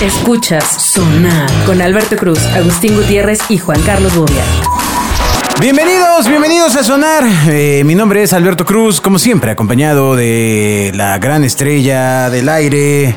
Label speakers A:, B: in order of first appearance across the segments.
A: Escuchas Sonar con Alberto Cruz, Agustín Gutiérrez y Juan Carlos Bobia.
B: Bienvenidos, bienvenidos a Sonar. Eh, mi nombre es Alberto Cruz, como siempre, acompañado de la gran estrella del aire,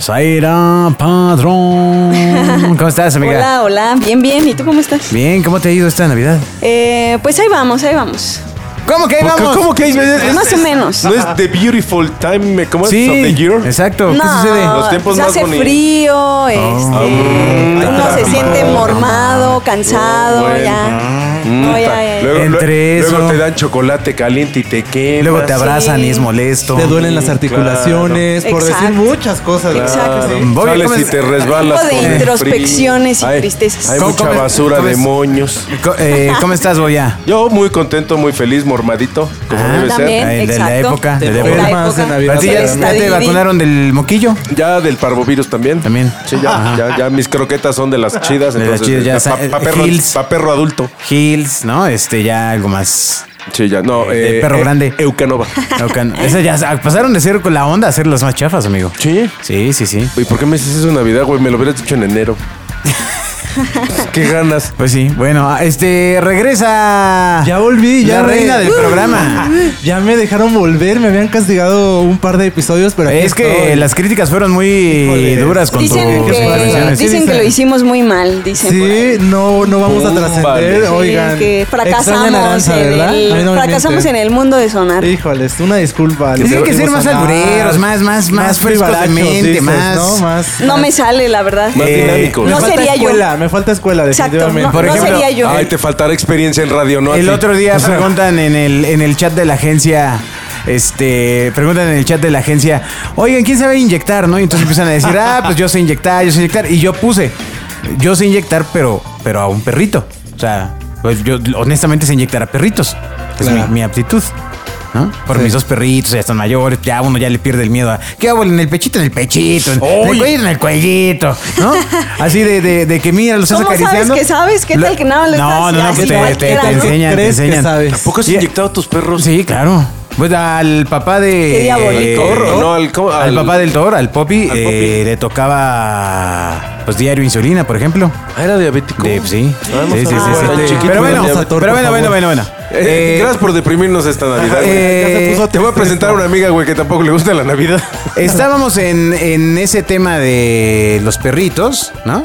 B: Zaira Padrón. ¿Cómo estás, amiga?
C: Hola, hola, bien, bien. ¿Y tú cómo estás?
B: Bien, ¿cómo te ha ido esta Navidad?
C: Eh, pues ahí vamos, ahí vamos.
B: ¿Cómo que ahí
D: ¿Cómo-
B: vamos?
D: ¿Cómo que es, es-
C: Más o menos.
D: ¿No es The Beautiful Time? ¿Cómo es? Of the
B: Sí,
D: Year.
B: exacto. ¿Qué
C: No,
B: sucede?
D: Los tiempos
C: se
D: más
C: hace
D: bonitos.
C: frío, este, uno se
D: caramba.
C: siente mormado, cansado,
D: Bueno.
C: ya. No, Oh, ya, ya, ya.
D: Mm. Luego,
B: Entre
D: luego- luego
B: eso-
D: te dan chocolate caliente y te quemas.
B: Luego te abrazan y es molesto.
E: Te duelen las articulaciones, por
C: Exacto.
E: decir muchas cosas.
C: Exacto.
D: Claro.
B: Bobby, ¿cómo
D: Sales y
B: es?
D: te resbalas.
C: Tipo de
D: con el
C: introspecciones y
D: frío. Hay-
C: tristezas.
D: Hay
B: ¿Cómo-
D: mucha
B: cómo es?
D: basura
B: ¿Cómo
D: de
B: es?
D: moños.
B: Co- eh, ¿Cómo estás, Boya?
D: Yo muy contento, muy feliz, mormadito, como
B: Ah,
D: debe
C: también.
D: ser.
B: Ay, de la
C: exacto.
B: época.
E: Te
B: De la
C: Por
B: época.
E: enfermas.
C: la
E: más de
C: época.
E: Navidad.
B: ¿A ti ya,
C: Está
B: ya te
C: dividido.
B: vacunaron del moquillo?
D: Ya del parvovirus también.
B: También.
D: Sí, ya, ya, ya mis croquetas son de las chidas.
B: De las
D: entonces,
B: chidas, ya
D: está
B: sa-
D: pa- pa perro-
B: Hills.
D: pa' perro adulto.
B: Hills, ¿no? Este, ya algo más.
D: Sí, ya. No, eh,
B: De perro grande.
D: Eucanova.
B: Ok, Esa ya sa- pasaron de ser con la onda a ser las más chafas, amigo.
D: Sí.
B: Sí, sí, sí.
D: ¿Y por qué me dices eso en Navidad, güey? Me lo hubieras dicho en enero. ¿Qué ganas?
B: Pues sí, bueno, ah, este regresa.
E: Ya volví, ya
B: La
E: re-
B: reina del programa.
E: Ya me dejaron volver, me habían castigado un par de episodios, pero aquí
B: Es que
E: estoy.
B: las críticas fueron muy
E: Híjole.
B: duras con
C: Dicen
B: tus
C: que,
B: intervenciones.
E: Sí,
C: dicen que
E: dicen.
C: lo hicimos muy mal, dicen. por ahí.
E: Sí, no, no vamos a
D: Pum,
E: trascender,
D: vale.
C: Sí,
E: oigan.
C: que
E: Extrañan
C: fracasamos,
E: a Aranza,
C: en,
E: ¿verdad?
C: el,
E: A mí no me
C: fracasamos en
E: mienten.
C: el mundo de sonar.
E: Híjoles, una disculpa. les
B: Tienen que ser más
E: debimos sonar.
B: albureros, más- más- más frescos de
E: vivarachos,
B: mente,
E: dices,
B: más-
E: ¿no? Más-
C: No me
E: más-
C: sale, la verdad.
D: Más
B: Eh,
D: dinámico.
E: me
C: no
E: falta
C: sería yo.
E: escuela, Me falta escuela,
C: Exacto,
E: definitivamente.
C: no-
B: Por
C: no
B: ejemplo,
C: sería yo.
D: Ay, te faltará experiencia en radio, ¿no? a
B: eh. El
D: ti?
B: otro día preguntan en el, en el chat de la agencia. Este, preguntan en el chat de la agencia, oigan, ¿quién sabe inyectar? ¿No? Y entonces empiezan a decir, ah, pues yo sé inyectar, yo sé inyectar. Y yo puse, yo sé inyectar, pero, pero a un perrito. O sea, pues yo honestamente sé inyectar a perritos. Es
E: Claro.
B: mi, mi aptitud.
C: ¿Ah?
B: ¿No? Por
E: Sí.
B: mis dos perritos, ya están mayores, ya uno ya le pierde el miedo a. ¿Qué hago? En el pechito, en el pechito, en, en el
D: Oye.
B: cuello, en el cuellito, ¿no? Así de, de, de que mira, los estás
C: ¿Cómo sabes
B: acariciando.
C: que sabes? ¿Qué
B: Lo-
C: tal que nada más lo
B: No,
C: estás
B: no, no,
C: así
B: te, te, te
C: cualquiera, ¿no?
B: enseñan, te
E: ¿Crees que
B: enseñan.
E: sabes?
D: ¿Tampoco has
B: Sí.
D: inyectado a tus perros?
B: Sí, claro. Pues al papá de.
C: Qué diabólico.
B: eh,
D: Toro, no, al- ¿cómo?
B: al,
D: Al-
B: papá del toro, al Poppy,
D: Al
B: eh,
D: Poppy.
B: le tocaba. Pues diario insulina, por ejemplo.
D: Ah, era diabético.
B: De- sí.
D: Vamos
B: Sí, sí,
D: a-
B: sí, sí.
D: Ay,
B: Pero
D: chiquito,
B: bueno,
E: vamos a Thor,
B: pero
E: por
B: bueno, bueno,
E: favor.
B: bueno, bueno.
D: Eh,
B: Eh,
D: gracias por deprimirnos esta Navidad. güey.
B: Eh,
D: Ya se puso- te voy a presentar a una amiga, güey, que tampoco le gusta la Navidad.
B: Estábamos en, en ese tema de los perritos, ¿no?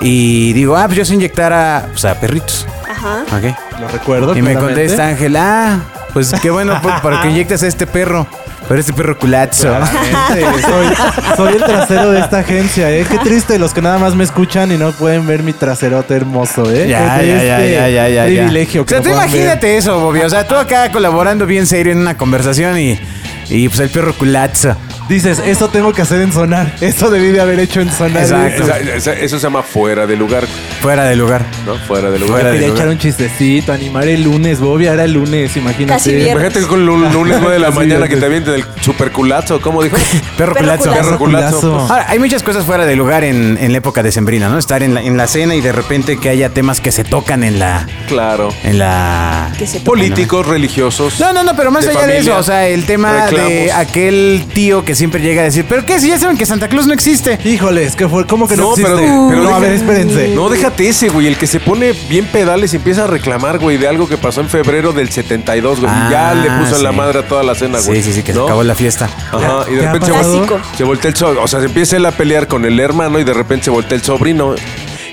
B: Y digo, ah, pues yo sé inyectar a, pues, a perritos.
C: Ajá.
B: Ok.
E: Lo recuerdo.
B: Y me
E: claramente. Ah.
B: contesta Ángel, ah, pues qué bueno por- para que inyectes a este perro, pero este perro culazo.
E: Claramente, soy, soy el trasero de esta agencia, ¿eh? Qué triste los que nada más me escuchan y no pueden ver mi traserote hermoso,
B: Ya,
E: ¿eh? Qué
B: ya, ya,
E: triste
B: ya, ya, ya, ya.
E: Privilegio.
B: O sea,
E: que
B: tú
E: lo puedan ver.
B: imagínate eso, Bobby. O sea, tú acá colaborando bien serio en una conversación y, y pues el perro culazo.
E: Dices, eso tengo que hacer en sonar. Eso debí de haber hecho en sonar.
B: Exacto.
D: Esa- Eh, esa- eso se llama fuera de lugar,
B: Fuera de lugar.
D: ¿no? Fuera de lugar.
B: Fuera de
E: Quería
B: lugar.
E: echar un chistecito, animar el lunes, Bobby. Ahora el lunes, imagínate.
C: Casi viernes.
D: Imagínate que con lu- lunes 9 de la
E: Sí,
D: mañana que
E: sí.
D: te avienten el superculazo, ¿cómo dijo?
B: Perro
C: Perro
B: culazo.
C: culazo.
D: Perro culazo.
B: Ahora, hay muchas cosas fuera de lugar en, en la época de Sembrina, ¿no? Estar en la, en la cena y de repente que haya temas que se tocan en la.
D: Claro.
B: En la.
C: Que se toque.
D: Políticos, religiosos.
B: No, no, no, pero más
D: de
B: allá de
D: familia,
B: eso, o sea, el tema de
D: reclamos.
B: aquel tío que siempre llega a decir, ¿pero qué? Si ya saben que Santa Claus no existe.
E: Híjoles, ¿qué fue? ¿Cómo que no,
D: No, pero,
E: existe?
D: pero
E: no,
D: deja-
E: a ver, espérense.
D: No, déjate ese, güey. El que se pone bien pedales y empieza a reclamar, güey, de algo que pasó en febrero del 72, güey.
B: Ah,
D: ya le puso en la
B: sí.
D: madre a toda la cena, güey.
B: Sí, sí, sí, que se
D: ¿No?
B: acabó la fiesta.
D: Ajá, y de
E: ¿Qué ha
D: repente se, vol-
C: pasado?
D: se voltea el sobrino. O sea, se empieza él a pelear con el hermano y de repente se voltea el sobrino.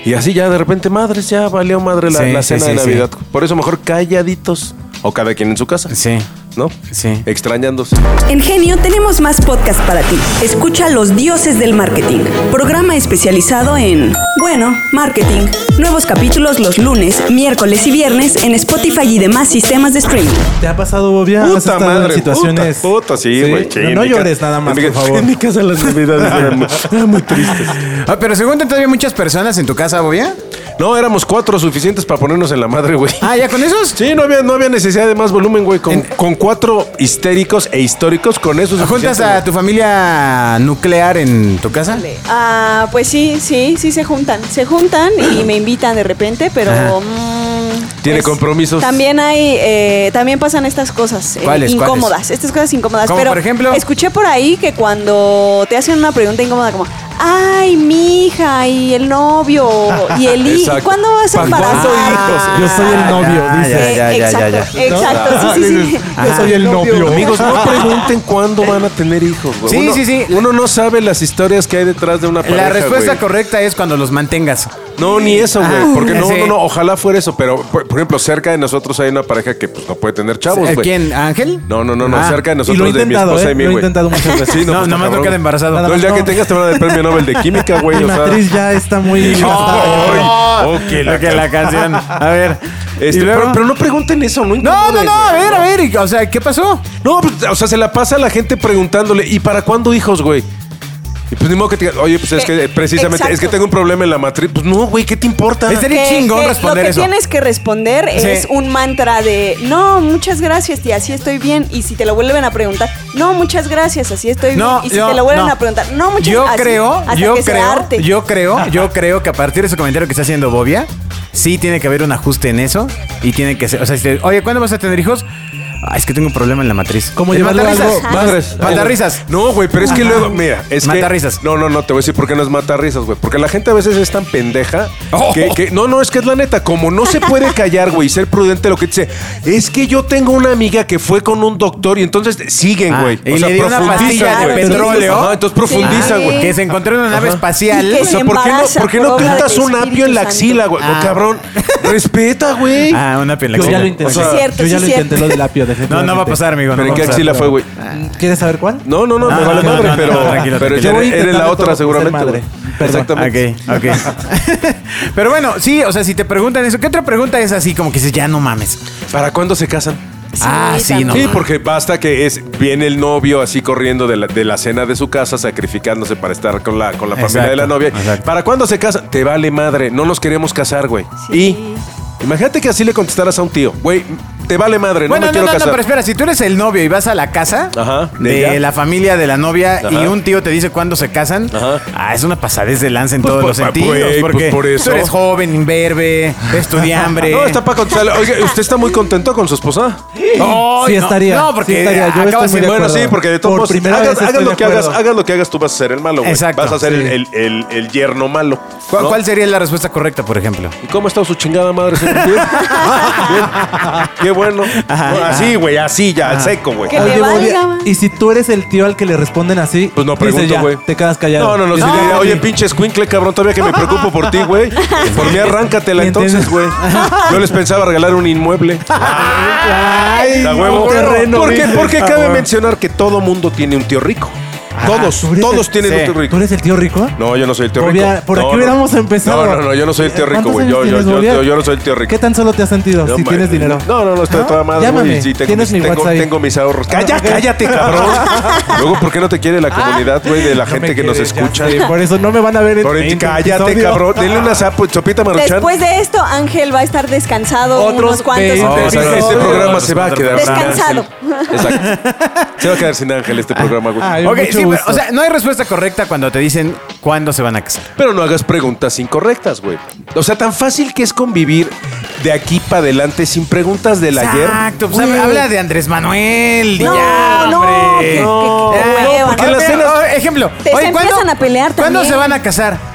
D: Y así ya de repente, madres, ya valió madre la,
B: Sí,
D: la
B: sí,
D: cena
B: sí,
D: de
B: sí.
D: Navidad. Por eso mejor calladitos. O cada quien en su casa,
B: Sí.
D: ¿no?
B: Sí.
D: Extrañándose.
F: En Genio tenemos más podcast para ti. Escucha Los Dioses del Marketing, programa especializado en, bueno, marketing. Nuevos capítulos los lunes, miércoles y viernes en Spotify y demás sistemas de streaming.
E: ¿Te ha pasado, Bobby? ¿Has
D: Puta
E: estado en
D: madre,
E: situaciones?
D: Puta, puta, sí, güey. sí,
E: No,
D: en
E: no
D: mi ca-
E: llores nada más,
D: en mi
E: por
D: ca-
E: favor.
D: En mi casa las navidades eran muy, eran muy tristes.
B: Ah, pero según te había muchas personas en tu casa, Bobia.
D: No, éramos cuatro suficientes para ponernos en la madre, güey.
B: Ah, ¿ya con esos?
D: Sí, no había, no había necesidad de más volumen, güey. Con, con cuatro histéricos e históricos, con eso es
B: ¿Juntas
D: suficiente,
B: a tu familia nuclear en tu casa?
C: Ah, pues sí, sí, sí se juntan. Se juntan y me invitan de repente,
B: Ajá.
C: pero. mm,
D: Tiene compromisos.
C: También hay. eh, también pasan estas cosas eh,
B: ¿Cuáles, cuáles?
C: incómodas. Estas cosas incómodas.
B: ¿Como
C: pero
B: por ejemplo?
C: Escuché por ahí que cuando te hacen una pregunta incómoda, como. ay, mi hija, y el novio, y el hijo.
D: Exacto.
C: ¿Cuándo vas a
D: ¿Pa' cuándo
C: embarazar? eh,
D: hijos?
E: Yo soy el novio,
B: Ah,
E: dice.
B: ya, ya, ya, ya, ya.
C: Exacto, exacto, sí, sí, sí.
E: Yo soy el novio.
D: Amigos, no pregunten cuándo van a tener hijos, güey.
B: Sí,
D: Uno-
B: sí, sí.
D: Uno no sabe las historias que hay detrás de una pareja.
B: La respuesta
D: güey.
B: correcta es cuando los mantengas.
D: No, ni eso, güey.
B: Ah,
D: porque no,
B: sí.
D: no, no, ojalá fuera eso. Pero, por, por ejemplo, cerca de nosotros hay una pareja que pues, no puede tener chavos,
B: ¿Eh,
D: güey.
B: ¿Quién? ¿Ángel?
D: No, no, no, no.
B: Ah,
D: cerca de
E: y lo he
D: nosotros, de mi
E: intentado,
D: esposa
E: ¿eh?
D: y mi
E: Lo he
D: güey.
E: intentado muchas veces.
D: Sí,
B: No, nomás
D: pues,
B: no
D: cabrón.
B: queda embarazado.
E: Nada
D: No, el día
E: más
D: que
E: no.
D: tengas te van a dar el premio Nobel de Química, güey.
E: Mi
D: o sea.
E: matriz ya está muy gastada.
D: Ay,
B: Oh,
D: oh, que la
B: lo que la canción. A ver.
D: Este,
B: ¿y luego?
D: pero, pero no pregunten eso, no
B: no, no,
D: incomoden,
B: no, a
D: güey,
B: ver, a ver. y- O sea, ¿qué pasó?
D: No, pues, o sea, se la pasa a la gente preguntándole, ¿y para cuándo hijos, güey? Y pues ni modo que te digan, oye, pues es que eh, precisamente,
C: Exacto.
D: es que tengo un problema en la matriz. Pues no, güey, ¿qué te importa?
B: Este- Sería
C: Que-
B: chingón
C: que
B: responder
C: Lo que
B: eso.
C: tienes que responder es
B: Sí.
C: un mantra de no, muchas gracias, tía, así estoy bien. Y si te lo vuelven a preguntar, no, muchas gracias, así estoy
B: No,
C: bien. Y si
B: yo-
C: te lo vuelven
B: no.
C: a preguntar, no, muchas
B: Yo
C: así,
B: creo,
C: hasta
B: yo
C: que se
B: creo,
C: harte.
B: yo creo, yo creo que a partir de ese comentario que está haciendo Bobia, sí tiene que haber un ajuste en eso y tiene que ser, o sea, si te- oye, ¿cuándo vas a tener hijos? Ah, es que tengo un problema en la matriz.
E: Como
B: El
E: llevarlo
B: matarrisas.
E: algo-
D: Madres.
B: Matarrisas.
D: No, güey, pero es que luego, mira, es que.
B: Matarrisas.
D: No, no, no, te voy a decir por qué no es matarrisas, güey. Porque la gente a veces es tan pendeja
B: Oh.
D: que, que- No, no, es que es la neta. Como no se puede callar, güey, y ser prudente lo que dice. Es que yo tengo una amiga que fue con un doctor y entonces siguen,
B: Ah,
D: güey.
B: y le dio una pastilla
C: de
D: güey.
B: petróleo. Ah,
D: Ajá, entonces profundiza,
C: Sí.
D: güey.
B: Que se encontró en una nave espacial.
C: Y que
D: ¿Eh? O sea,
C: se
D: ¿por qué no,
C: embaraza
D: por qué no
C: por obra
D: pintas
C: del
D: un apio
C: Espíritu
D: en la
C: Santo?
D: axila, güey? No,
B: Ah.
D: cabrón. Respeta, güey.
B: Ah, una
E: Yo Pues ya lo
B: piel
E: intenté.
D: O sea,
E: yo
C: Cierto,
E: ya
C: sí,
E: lo intenté
C: cierto.
E: lo del apio,
B: No, no va a
E: definitivamente.
B: pasar, amigo. no va
D: Pero ¿en
B: a
D: qué
B: pasar.
D: axila fue, güey?
E: ¿Quieres saber cuál?
D: No, no, no,
B: No,
D: me vale
B: no,
D: madre,
B: no,
D: pero,
B: no, tranquilo,
D: pero
B: tranquilo.
E: Yo voy
D: ya eres la
E: intentando
D: otra
E: todo
D: seguramente.
E: ser madre.
D: güey.
E: Perdón.
D: Exactamente.
B: Ok, ok. Pero bueno, sí, o sea, si te preguntan eso, ¿qué otra pregunta es así? Como que dices, ya no mames.
D: ¿Para cuándo se casan?
B: ah, sí,
C: también.
B: no.
D: sí,
B: mames.
D: porque basta que es viene el novio así corriendo de la, de la cena de su casa, sacrificándose para estar con la, con la familia
B: Exacto,
D: de la novia.
B: exacto.
D: ¿Para cuándo se casan? Te vale madre, no nos queremos casar, güey. Y imagínate que así le contestaras a un tío, güey, te vale madre, no
B: bueno,
D: me
B: no,
D: quiero
B: no, no,
D: casar.
B: pero espera, si tú eres el novio y vas a la casa
D: Ajá,
B: de,
D: de ella.
B: la familia de la novia
D: Ajá.
B: y un tío te dice cuándo se casan,
D: Ajá.
B: ah, es una pasadez de lanza en
D: Pues,
B: todos
D: pues,
B: los sentidos.
D: pues,
B: porque
D: pues, por eso.
B: tú eres joven, imberbe, estudiambre.
D: No, está para contestarle. Oiga, ¿usted está muy contento con su esposa?
B: Ay,
E: Sí
B: no,
E: estaría.
B: No, porque
E: sí estaría. Yo
B: acabas
E: estoy muy
B: de-
E: de
D: Bueno,
E: acuerdo.
D: sí, porque de
E: Por
D: todos modos,
E: primera
D: hagas,
E: vez
D: hagas
E: estoy
D: lo
E: de
D: que hagas,
E: acuerdo.
D: hagas lo que hagas, tú vas a ser el malo, güey.
B: Exacto,
D: Vas a ser
B: sí.
D: el, el- el- el yerno malo.
B: ¿Cuál,
D: ¿no?
B: cuál sería la respuesta correcta, por ejemplo?
D: ¿Y cómo ha estado su chingada madre? señor? Bien. Bien. Qué bueno. Bueno, así, güey, así ya, al seco, güey.
C: Que le
E: Oye,
C: valga,
E: Bobia,
C: man.
E: y si tú eres el tío al que le responden así,
D: Pues no
E: dices,
D: pregunto,
E: ya,
D: güey.
E: Te quedas callado.
D: No, no, no. si
E: Dices,
D: le diría,
E: "Ah,
D: Oye,
E: sí".
D: pinche escuincle, cabrón, todavía que me preocupo por ti, güey. Por mí arráncatela
E: ¿Me
D: entonces,
E: entiendes?
D: güey. Yo les pensaba regalar un inmueble.
E: Ay,
D: La huevo.
E: un terreno,
D: porque
E: dices.
D: porque
E: Ah,
D: cabe
E: bueno.
D: mencionar que todo mundo tiene un tío rico. Todos,
E: ¿tú eres
D: todos
E: el-
D: tienen
B: sí.
D: un tío rico.
E: ¿Tú eres el tío rico?
D: No, yo no soy el tío
E: Bobia,
D: rico.
E: por
D: No,
E: aquí
D: no.
E: hubiéramos empezado.
D: No, no, no, yo no soy el tío rico,
E: ¿Cuántos
D: güey.
E: años
D: Yo, yo,
E: tienes,
D: yo,
E: Bobia?
D: yo, yo no soy el tío rico.
E: ¿Qué tan solo te has sentido
D: No,
E: si
D: ma-
E: tienes dinero?
D: No, no, no, estoy
E: ¿No?
D: toda madre.
E: Llámame.
D: güey, sí, tengo,
E: ¿Tienes
D: mis,
E: mi
D: tengo,
E: WhatsApp?
D: tengo mis ahorros.
E: Ah,
D: Calla,
E: ok.
D: cállate, cabrón. Luego, ¿por qué no te quiere la comunidad, güey, de la
E: No
D: gente
E: me
D: que nos
E: quieres, ya
D: escucha?
E: sé, Por eso no me van a ver en
D: Por-
E: en-
D: cállate,
E: episodio.
D: cabrón. Denle una sapo- sopita maruchan.
C: Después de esto, Ángel va a estar descansado
E: Otros
C: unos cuantos.
E: 20
D: No, o sea, este
E: episodios.
D: programa se va a quedar sin
C: Descansado.
D: ángel. Exacto. Se va a quedar sin ángel este programa,
E: Ay,
D: güey.
B: Ok,
E: mucho
B: sí,
E: gusto.
B: pero, o sea, no hay respuesta correcta cuando te dicen cuándo se van a casar.
D: Pero no hagas preguntas incorrectas, güey. O sea, tan fácil que es convivir de aquí para adelante sin preguntas del ayer.
B: Exacto, pues hab- habla de Andrés Manuel. y
C: No,
B: ya,
C: no,
B: hombre.
C: qué- qué- qué
B: Ya,
C: hueva,
B: no,
C: ¿no?
B: porque las cenas- oh, ejemplo,
C: Te- se
B: oye, ¿cuándo-
C: empiezan a pelear
B: ¿Cuándo
C: también.
B: se van a casar?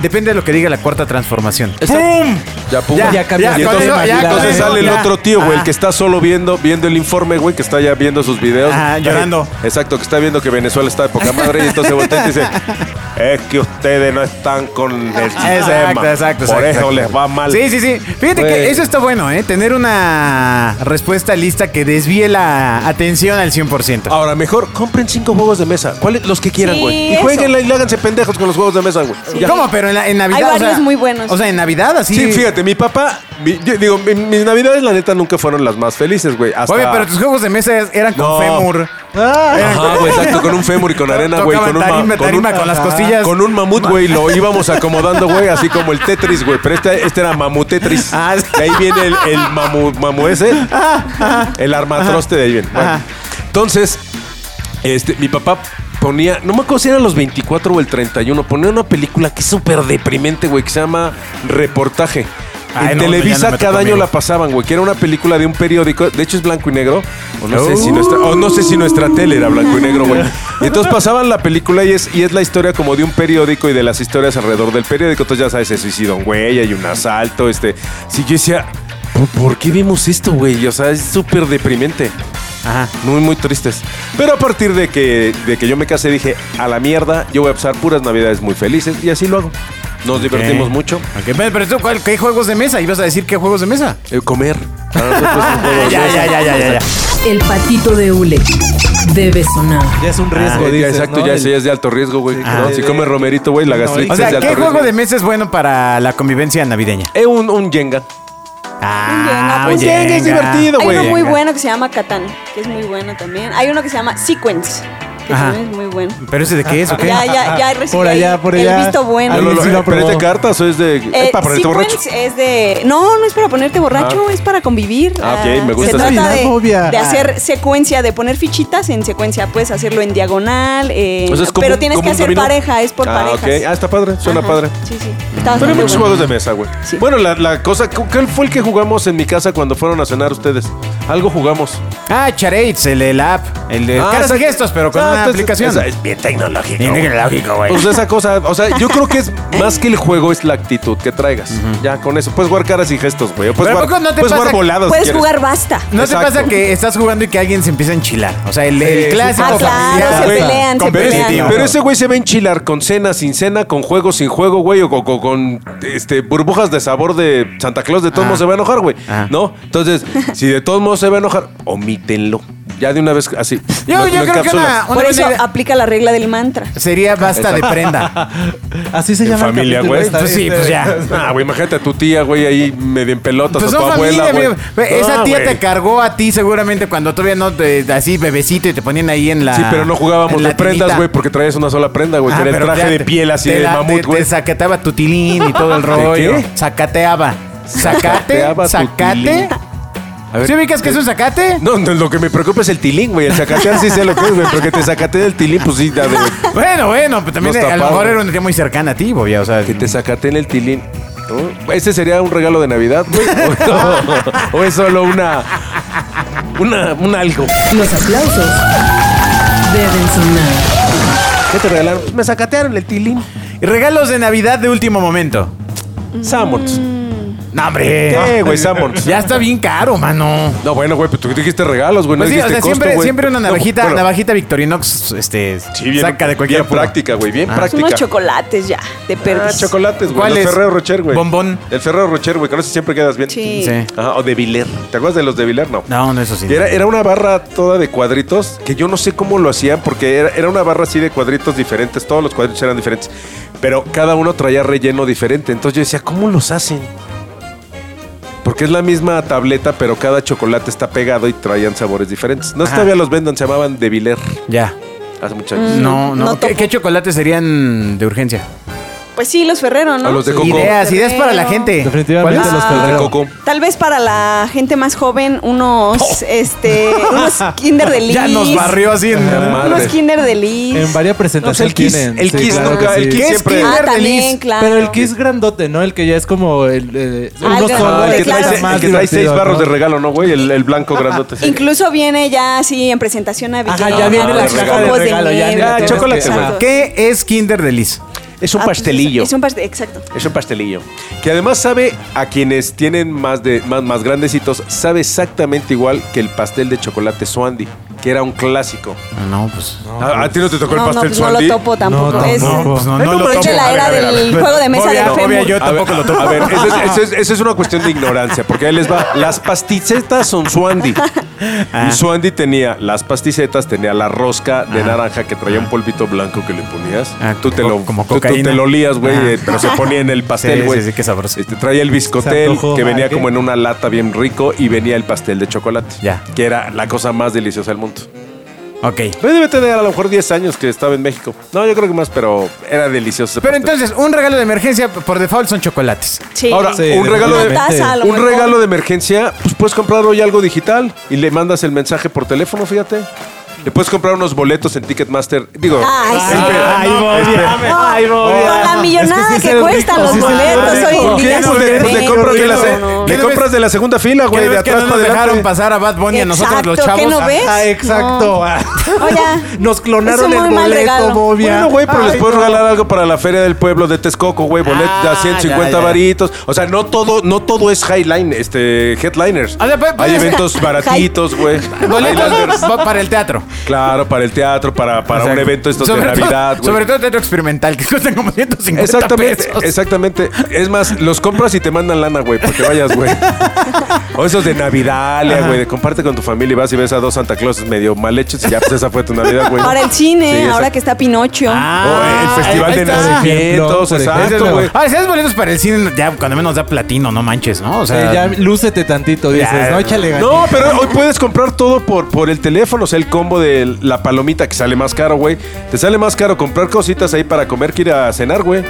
B: Depende de lo que diga la cuarta transformación.
D: ¡Pum! Ya, pum.
E: Ya,
D: Ya,
E: cambias
D: y
E: de
D: entonces,
E: tema,
D: y
E: ya,
D: entonces
E: ya,
D: sale el
B: ya.
D: otro tío, güey, el
B: Ajá.
D: que está solo viendo, viendo el informe, güey, que está ya viendo sus videos.
B: Ajá, llorando.
D: Ay, Exacto, que está viendo que Venezuela está de poca madre y entonces voltea y dice, es que ustedes no están con el sistema.
B: Exacto, exacto.
D: Por
B: exacto.
D: eso les va mal.
B: Sí, sí, sí. Fíjate
D: Güey.
B: que eso está bueno, ¿eh? Tener una respuesta lista que desvíe la atención al 100%.
D: Ahora, mejor compren cinco juegos de mesa. ¿Cuáles? Los que quieran,
C: Sí,
D: güey. y
C: eso.
D: jueguenla y háganse pendejos con los juegos de mesa, güey. Ya.
B: ¿Cómo? Pero en, la- en Navidad. o sea,
C: varios muy buenos.
B: O sea, en Navidad así.
D: Sí, fíjate, mi papá, mi- yo digo, mi- mis navidades, la neta, nunca fueron las más felices, güey. Hasta...
B: Oye, pero tus juegos de mesa eran con
D: No.
B: fémur.
E: ¡Ah!
D: Ajá, güey, exacto, con un fémur y con arena, güey.
B: Tocaban
D: Con un, ma-
B: tarima,
D: con un-
B: tarima con las costillas.
D: Con un mamut, güey, lo íbamos acomodando, güey, así como el Tetris, güey. Pero este, este era mamut Tetris.
B: Ah, sí. Ah,
D: De ahí viene el, el mamu, mamu ese. El armatroste de ahí viene. Bueno, entonces, este, mi papá ponía, no me acuerdo si eran los 24 o el 31, ponía una película que es súper deprimente, güey, que se llama Reportaje.
B: Ay,
D: en
B: Ah, no, ya
D: Televisa
B: no me
D: cada
B: tocó a mí.
D: año la pasaban, güey, que era una película de un periódico, de hecho es blanco y negro, o no, sé, si
B: Oh.
D: nuestra, o no sé si nuestra tele era blanco y negro, güey. Y entonces pasaban la película y es, y es la historia como de un periódico y de las historias alrededor del periódico, entonces ya sabes, se suicida un güey, hay un asalto, este... Sí, yo decía, "¿Por- ¿por qué vimos esto, güey? O sea, es súper deprimente.
B: Ajá.
D: Muy, muy tristes. Pero a partir de que, de que yo me casé, dije, a la mierda, yo voy a pasar puras navidades muy felices y así lo hago. Nos divertimos
B: Ok.
D: mucho.
B: Ok, pero, pero tú, ¿cuál- ¿qué juegos de mesa? ¿Ibas a decir qué juegos de mesa?
D: Eh, comer. Para nosotros es un juego de mesa.
B: ya, ya, ya.
A: El patito de hule debe sonar.
E: Ya es un
D: Ah,
E: riesgo,
D: ya,
E: dices,
D: exacto,
E: ¿no?
D: ya,
E: El-
D: sí, es de alto riesgo, güey.
E: Sí,
D: ¿no?
E: que-
D: Si comes romerito, güey, la gastritis
B: O sea,
D: es de alto
B: ¿qué
D: riesgo.
B: juego de mesa es bueno para la convivencia navideña?
D: Eh, un, un Jenga.
B: Ah,
C: Un Jenga,
D: un Jenga es divertido,
C: Hay
D: güey.
C: uno muy
B: Venga.
C: bueno que se llama Catán, que es muy bueno también. Hay uno que se llama Sequence, que
B: Ajá.
C: también es muy bueno.
B: ¿Pero ese de qué es o qué?
C: Ya, ya, ya
E: Ah,
C: recibí
E: por allá, por
C: el
E: allá.
C: visto bueno.
E: Ah,
D: Yo lo-
E: sí lo
D: eh, ¿Pero es de
E: probó.
D: cartas o es de.
C: Eh,
D: es para ponerte borracho.
C: Sequence es de. No, no es para ponerte borracho,
D: Ah.
C: es para convivir.
D: Ah, ok, me gusta
C: Se
D: esa
C: trata
E: idea. Novia.
C: de, de hacer secuencia, de poner fichitas en secuencia. Puedes hacerlo en diagonal, eh,
D: O sea, es como
C: pero
D: un-
C: tienes
D: como
C: que
D: un
C: hacer
D: dominó.
C: pareja, es por
D: ah,
C: parejas.
D: ok. Ah, está padre, suena
C: Ajá,
D: padre.
C: Sí, sí. Está
D: Pero hay
C: bastante
D: muchos
C: bueno.
D: juegos de mesa, güey.
C: Sí.
D: Bueno, la, la cosa, ¿cuál fue el que jugamos en mi casa cuando fueron a cenar ustedes? Algo jugamos.
B: Ah, Charades, el de la app. El de
D: Ah,
B: caras
D: esa-
B: y gestos, pero con
D: Ah,
B: una
D: entonces,
B: aplicación.
D: esa es bien tecnológico.
B: Bien tecnológico, güey.
D: Pues esa cosa, o sea, yo creo que es más que el juego, es la actitud que traigas. Ya con eso. Puedes jugar caras y gestos, güey. o Puedes
B: Pero ¿a
D: jugar,
B: poco no te
D: puedes
B: pasa
D: jugar
B: que-
D: volados. si
C: Puedes
D: quieres.
C: jugar basta.
B: ¿No
D: Exacto.
B: te pasa que estás jugando y que alguien se empieza a enchilar? O sea, el, el
D: Sí,
B: clásico.
C: Ah, claro,
B: familiar,
C: se
B: güey,
C: pelean, se
D: Pero,
B: competitivo.
D: ese-
C: pelean.
D: pero ese güey se va a enchilar con cena, sin cena, con juego, sin juego, güey, o co- co- con, este, burbujas de sabor de Santa Claus. De todos modos se va a enojar, güey.
B: Ah.
D: ¿No? Entonces, si de todos modos se va a enojar, omítenlo. Ya de una vez así.
B: Yo- yo
D: lo- lo
B: creo que
D: encapsulas.
B: una-
C: Por
B: buena
C: eso
B: idea.
C: aplica la regla del mantra.
B: Sería basta de prenda.
E: Así se
D: En
E: llama. el
D: familia,
E: capítulo, eh,
D: güey.
E: está
B: Pues sí,
E: bien.
B: pues ya.
D: Ah, güey, imagínate a tu tía, güey, ahí medio en pelotas,
B: Pues
D: a tu
B: son
D: abuela,
B: familia,
D: güey.
B: güey. Esa
D: No,
B: tía
D: güey.
B: te cargó a ti seguramente cuando todavía no te, así bebecito y te ponían ahí en la.
D: Sí, pero no jugábamos
B: en
D: de
B: la
D: prendas,
B: tirita.
D: güey, porque traías una sola prenda, güey.
B: Ah,
D: que era el
B: pero
D: traje
B: ya
D: de
B: te-
D: piel así
B: te
D: de
B: la-
D: mamut,
B: te-
D: güey.
B: Te sacateaba tu tilín y todo el rollo.
D: qué?
B: Sacateaba. Sacate,
D: Sacateaba tu tilín.
B: sacate.
D: A ver.
B: ¿Sí ubicas que es un sacate?
D: No, no, lo que me preocupa es el tilín, güey. El sacatear sí sé lo que es, güey. Pero que te sacate del tilín, pues sí, da de...
B: Bueno, bueno, pero también
D: Nos
B: a lo
D: tapaba.
B: mejor era una tía muy cercana a ti, güey. O sea,
D: Que te sacate en el tilín. ¿no? ¿Ese sería un regalo de Navidad, güey? ¿O, no? ¿O es solo una... Una, un algo.
A: Los aplausos deben sonar.
D: ¿Qué te regalaron? Me sacatearon el tilín.
B: Regalos de Navidad de último momento. Mm.
D: Samorts.
B: No, hombre.
D: ¿Qué, güey? Samorts.
B: Ya está bien caro, mano.
D: No, bueno, güey, pero tú dijiste regalos, güey.
B: Pues
D: no
B: sí, o
D: dijiste
B: sea,
D: costo,
B: siempre,
D: güey.
B: siempre una
D: No,
B: navajita,
D: bueno,
B: navajita Victorinox, este,
D: sí, bien-
B: saca de cualquier
D: Bien
B: apuro.
D: práctica, güey.
B: Ah,
D: Bien
C: Son
D: práctica.
C: unos chocolates ya, de
D: Ah,
C: perdiz.
D: chocolates, güey.
B: ¿Cuál
D: Los
B: es?
D: Ferrero Rocher, güey.
B: Bombón.
D: El Ferrero Rocher, güey. Con eso siempre quedas bien.
C: Sí.
B: Sí.
D: Ajá, o de Viler. ¿Te acuerdas de los de Viler? No.
B: No, no, eso sí.
D: Que Era, era una barra toda de cuadritos que yo no sé cómo lo hacían porque era, era una barra así de cuadritos diferentes. Todos los cuadritos eran diferentes. Pero cada uno traía relleno diferente. Entonces yo decía, ¿cómo los hacen? Porque es la misma tableta, pero cada chocolate está pegado y traían sabores diferentes. No sé si
B: Ajá.
D: todavía los vendan, se llamaban de Viler
B: Ya.
D: hace muchos años.
B: No, no.
C: no
B: ¿Qué,
C: topo.
B: qué chocolates serían de urgencia?
C: Pues sí, los Ferrero, ¿no?
D: O los de Coco.
B: Ideas, ideas para la
C: Ferrero.
B: gente. ¿Cuáles?
E: Definitivamente
C: pues,
E: los
D: De
E: Ferrero.
D: coco.
C: Tal vez para la gente más joven, unos,
D: Oh.
C: este, unos Kinder de Liz.
B: Ya nos barrió así. en-
D: Ajá.
C: Unos
D: Madre.
C: Kinder de Liz.
E: En varias presentaciones
D: el Kiss-
E: tienen.
D: el Kiss nunca-
E: que
D: el Kiss
E: ¿Qué?
D: siempre-
C: Ah,
B: Kinder de Liz.
C: también, claro.
E: Pero el Kiss grandote, ¿no? El que ya es como el, eh,
C: Ah, el
E: uno
C: grandote,
E: solo.
D: Ah, el
C: claro.
D: que trae,
E: está
D: se- el
E: más
D: que trae seis
E: divertido,
D: barros
E: ¿no?
D: de regalo, ¿no, güey? El, el blanco grandote. sí.
C: Incluso viene ya así en presentación navideña.
E: Ajá, ya viene
C: con
E: la
C: los
D: caja de
C: copos
E: regalo, ya,
C: nieve,
D: ya,
C: todo eso,
D: chocolate, güey.
C: exacto.
B: ¿Qué es Kinder Delis?
D: Es
C: Ah, pues, Es un pastel, exacto.
D: Es un pastelillo. Que además sabe a quienes tienen más de más, más grandecitos, sabe exactamente igual que el pastel de chocolate Swandy, que era un clásico.
B: No, pues.
D: ¿A, a ti no te tocó
C: No,
D: el
C: no,
D: pastel
C: pues, no
D: Swandy?
C: lo topo tampoco.
E: No,
C: es
E: no, pues,
B: no,
D: Ay,
B: no lo
D: pero
C: es de
D: topo.
C: la
D: A
C: era
D: ver, a ver, a
C: del
D: ver.
C: juego de mesa
B: Obvia-
C: del
B: obvia,
C: Femur.
B: yo- tampoco
D: a ver,
B: lo topo.
D: A ver, eso es, eso es- eso es una cuestión de ignorancia, porque ahí les va. Las pasticetas son Swandy.
B: Ah.
D: Y Swandy tenía las pasticetas, tenía la rosca de naranja que traía un polvito blanco que le ponías.
B: Ah,
D: tú te lo,
B: como- como
D: tú- tú
B: cocaína.
D: te lo olías, güey,
B: Ah.
D: eh, pero se ponía en el pastel,
B: Sí,
D: güey.
B: sí, sí, qué sabroso.
D: Este, traía el
E: Se
D: biscotel
E: antojó.
D: que venía
E: Ah, ¿qué?
D: como en una lata bien rico y venía el pastel de chocolate.
B: Ya.
D: Que era la cosa más deliciosa del mundo.
B: Ok.
D: Pues debe tener a lo mejor 10 años que estaba en México. No, yo creo que más, pero era delicioso. ese
B: Pero
D: pastel.
B: entonces, un regalo de emergencia por default son chocolates.
C: Eh, Sí.
D: Ahora,
E: Sí,
D: un regalo de
E: definitivamente.
C: Taza, a lo
D: un
C: mejor.
D: regalo de emergencia, pues puedes comprar hoy algo digital y le mandas el mensaje por teléfono, fíjate. Le puedes comprar unos boletos en Ticketmaster. Digo,
C: Ay, sí.
D: espera.
E: Ay, Bobia. Ay,
C: Con la
E: Bobia.
C: millonada
E: Es que sí
C: que,
E: es el
C: cuestan
E: rico,
C: los
E: sí es el
C: boletos
E: rico.
C: hoy en
D: ¿Por qué
C: día.
D: no? Le, le
C: sí,
D: compras de la,
C: no,
D: se-
C: no.
D: le compras de la segunda fila, güey, de atrás para
B: nos dejaron
D: adelante.
B: pasar a Bad Bunny a nosotros los
C: Exacto,
B: chavos?
C: ¿qué no ves?
E: Ah, exacto. Ah,
C: Oye,
E: Nos
C: es
E: clonaron
C: un
E: el
C: muy mal
E: boleto,
C: regalo.
E: Bobia.
D: Bueno, güey, pero les
E: Ay,
D: puedes
E: no.
D: regalar algo para la Feria del Pueblo de Texcoco, güey, boletos
B: Ah,
D: a 150
B: ya, ya.
D: varitos. O sea, no todo, no todo es highline, este, headliners.
B: A ver, pero-
D: pues, Hay
B: pero-
D: eventos baratitos, güey.
B: Boletos
D: Highlanders.
B: pa- para el teatro.
D: Claro, para el teatro, para, para un
B: Exacto.
D: evento estos
B: Sobre
D: de
B: todo-
D: Navidad, güey.
B: Sobre todo teatro experimental, que cuestan como 150
D: Exactamente,
B: pesos.
D: exactamente. Es más, los compras y te mandan lana, güey, porque vayas, güey. O esos de Navidalia, güey, de comparte con tu familia y vas y ves a dos Santa Clauses medio mal hechos y ya, pues esa fue tu Navidad, güey.
C: Para el cine, ahora
D: Sí, exacto. Ah.
C: que está Pinocho.
D: O el Festival
B: ahí
D: de
B: está.
D: Nacimientos,
E: Por ejemplo.
D: exacto, güey.
B: Ah, si esos boletos para el cine, ya cuando menos da platino, no manches, ¿no? O sea,
E: Eh, ya lúcete tantito, dices,
B: Ya.
E: ¿no? Échale ganas.
D: Ah. No, pero hoy puedes comprar todo por, por el teléfono, o sea, el combo de la palomita que sale más caro, güey. Te sale más caro comprar cositas ahí para comer que ir a cenar, güey.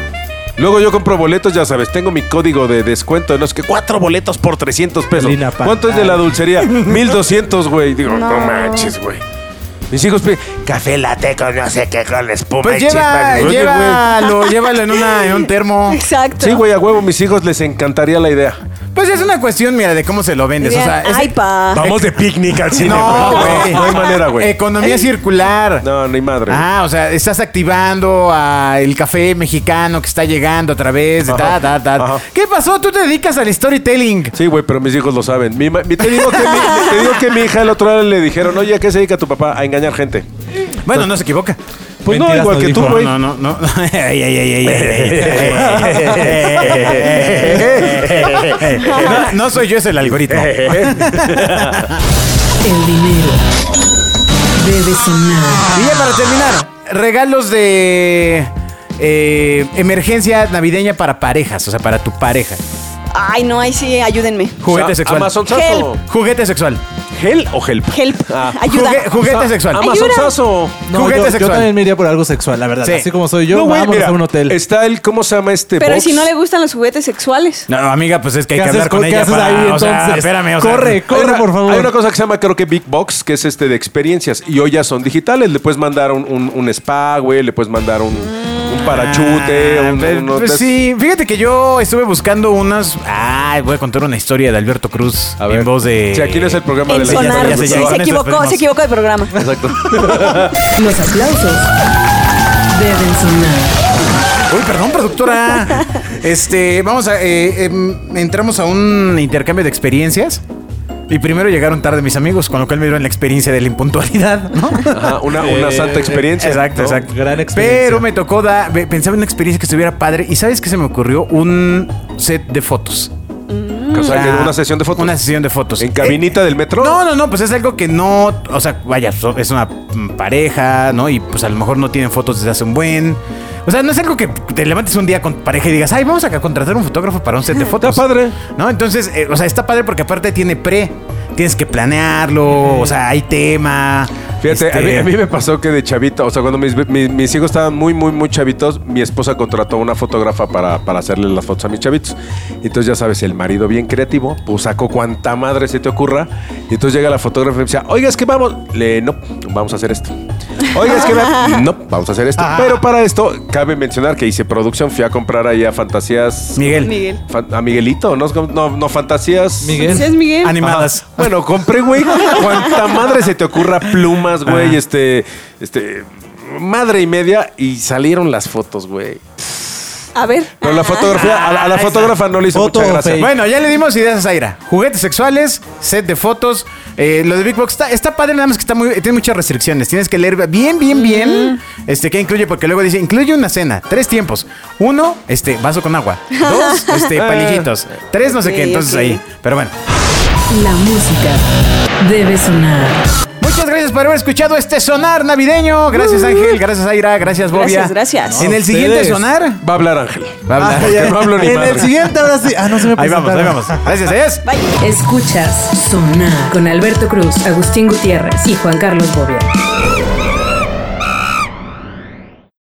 D: Luego yo compro boletos, ya sabes, tengo mi código de descuento, no es que cuatro boletos por 300 pesos.
E: El INAPAN.
D: ¿Cuánto es de la dulcería? 1200, güey. Digo, no, manches, güey. Mis hijos piden café latte con no sé qué, con espuma
B: pues
D: y chispas.
B: lleva,
D: Oye, güey.
B: llévalo, llévalo en, una, en un termo.
C: Exacto.
D: Sí, güey, a huevo, mis hijos les encantaría la idea.
B: Pues es una cuestión, mira, de cómo se lo vendes. O sea, es-
C: Ay, pa.
D: Vamos de picnic al cine,
B: No, güey.
D: No hay manera, güey.
B: Economía circular.
D: No, no hay madre. güey.
B: Ah, o sea, estás activando a el café mexicano que está llegando a través de
D: Ajá,
B: ta, ta, ta.
D: ajá.
B: ¿Qué pasó? Tú te dedicas al storytelling.
D: Sí, güey, pero mis hijos lo saben. Mi ma- mi- te, digo que mi, te digo que mi hija el otro día le dijeron, oye, ¿a qué se dedica tu papá? A engañar gente.
B: Bueno, no se equivoca.
D: Pues no,
E: Mentiras
D: igual
E: no
D: que tú,
E: dijo.
D: güey.
B: No, no, no. Ay, ay, ay, ay, ay. No, no soy yo, es el algoritmo.
A: El dinero debe sonar.
B: Y ya para terminar, regalos de eh, emergencia navideña para parejas, o sea, para tu pareja.
C: Ay, no, ahí sí, ayúdenme.
B: Juguete
D: O sea,
B: sexual.
D: Amazon Sazo.
C: Help.
B: Juguete sexual.
D: ¿Gel o help?
C: Help.
D: Ah.
C: Ayuda.
B: Jugue- juguete
D: O sea,
B: sexual.
D: Amazon
C: Ayuda.
D: Sazo.
E: No,
B: Juguete
E: yo, yo
B: sexual.
E: también me iría por algo sexual, la verdad.
B: Sí.
E: Así como soy yo,
D: No, güey,
E: vámonos
D: mira,
E: a un hotel.
D: Está el, ¿cómo se llama este?
C: Pero
D: box?
C: si no le gustan los juguetes sexuales.
B: No, amiga, pues es que hay
E: ¿Qué
B: que
E: haces
B: hablar
E: con-
B: con
E: qué
B: ella
E: haces
B: para...
E: ahí,
B: o sea,
E: entonces?
B: espérame, o sea...
E: Corre,
D: Hay una-
E: por favor.
D: Hay una cosa que se llama, creo que Big Box, que es este de experiencias. Y hoy ya son digitales. Le puedes mandar un, un- un spa, güey. Le puedes mandar un, un parachute.
B: Ah,
D: un-
B: pues,
D: uno de
B: pues
D: esos.
B: sí, fíjate que yo estuve buscando unas. Ay, voy a contar una historia de Alberto Cruz
D: A ver.
B: en voz de.
D: Sí, aquí no es el programa
C: En
D: de la pues,
C: sonar.
B: ya
D: historia.
B: sé,
C: Sí,
B: ya sé.
C: se
B: Con eso
C: equivocó,
B: despedimos.
C: se equivocó de programa.
D: Exacto.
A: Los aplausos deben sonar.
B: Uy, perdón, productora. este, vamos a. eh, em, entramos a un intercambio de experiencias. Y primero llegaron tarde mis amigos, con lo cual me dieron la experiencia de la impuntualidad, ¿no?
D: Ajá, una, una
E: Eh,
D: santa experiencia.
B: Exacto,
D: ¿no?
B: exacto.
E: Gran experiencia.
B: Pero me tocó dar. Pensaba en una experiencia que estuviera padre. Y sabes que se me ocurrió un set de fotos.
D: O sea, que
B: Ah,
D: una sesión de fotos.
B: Una sesión de fotos.
D: ¿En cabinita del metro?
B: No, no, no, pues es algo que no, o sea, vaya, so- es una mm, pareja, ¿no? Y pues a lo mejor no tienen fotos desde hace un buen. O sea, no es algo que te levantes un día con tu pareja y digas, ay, vamos a contratar un fotógrafo para un set de fotos.
D: Está padre.
B: ¿No? Entonces, eh, o sea, está padre porque aparte tiene pre, tienes que planearlo, o sea, hay tema.
D: Fíjate,
B: este,
D: a, mí, a mí me pasó que de chavito, o sea, cuando mis, mi- mis hijos estaban muy, muy, muy chavitos, mi esposa contrató una fotógrafa para, para hacerle las fotos a mis chavitos. Y Entonces, ya sabes, el marido bien creativo, pues sacó cuanta madre se te ocurra. Y entonces llega la fotógrafa y me decía, oiga, es que vamos. Le, no, vamos a hacer esto. Oiga, es que va- no, vamos a hacer esto. Pero para esto, cabe mencionar que hice producción, fui a comprar ahí a Fantasías.
B: Este, Miguel,
C: Miguel.
D: Fan- a Miguelito, ¿no? No, no, Fantasías.
E: Miguel.
C: ¿Sí es Miguel?
B: animadas.
D: Bueno, compré, güey, cuanta madre se te ocurra plumas, güey, este, este, madre y media, y salieron las fotos, güey.
C: A ver.
D: Pero la fotografía, a la, a la fotógrafa no le hizo
E: Foto
D: mucha gracia.
E: fake.
B: Bueno, ya le dimos ideas a Zaira. Juguetes sexuales, set de fotos. eh, lo de Big Box está, está padre, nada más que está muy, tiene muchas restricciones. Tienes que leer bien, bien, bien. Este, ¿qué incluye? Porque luego dice, incluye una cena, tres tiempos. Uno, este, vaso con agua. Dos, este,
C: Eh,
B: palillitos. Tres, no sé qué.
C: Ok,
B: Entonces
C: ok.
B: ahí. Pero bueno.
A: La música debe sonar.
B: Muchas gracias por haber escuchado este sonar navideño. Gracias, Ángel. Gracias, Zaira. Gracias, Bobia.
C: Gracias, gracias.
B: En
E: No,
B: el siguiente
E: ustedes.
B: sonar.
D: Va a hablar Ángel.
B: Va a hablar.
E: Ay, ay,
D: no hablo ni
E: en
D: madre.
E: el siguiente ahora sí. Ah, no se me
B: Ahí vamos, ahí
E: presentaron.
B: vamos. Gracias, adiós.
C: Bye.
A: Escuchas Sonar con Alberto Cruz, Agustín Gutiérrez y Juan Carlos Bobia.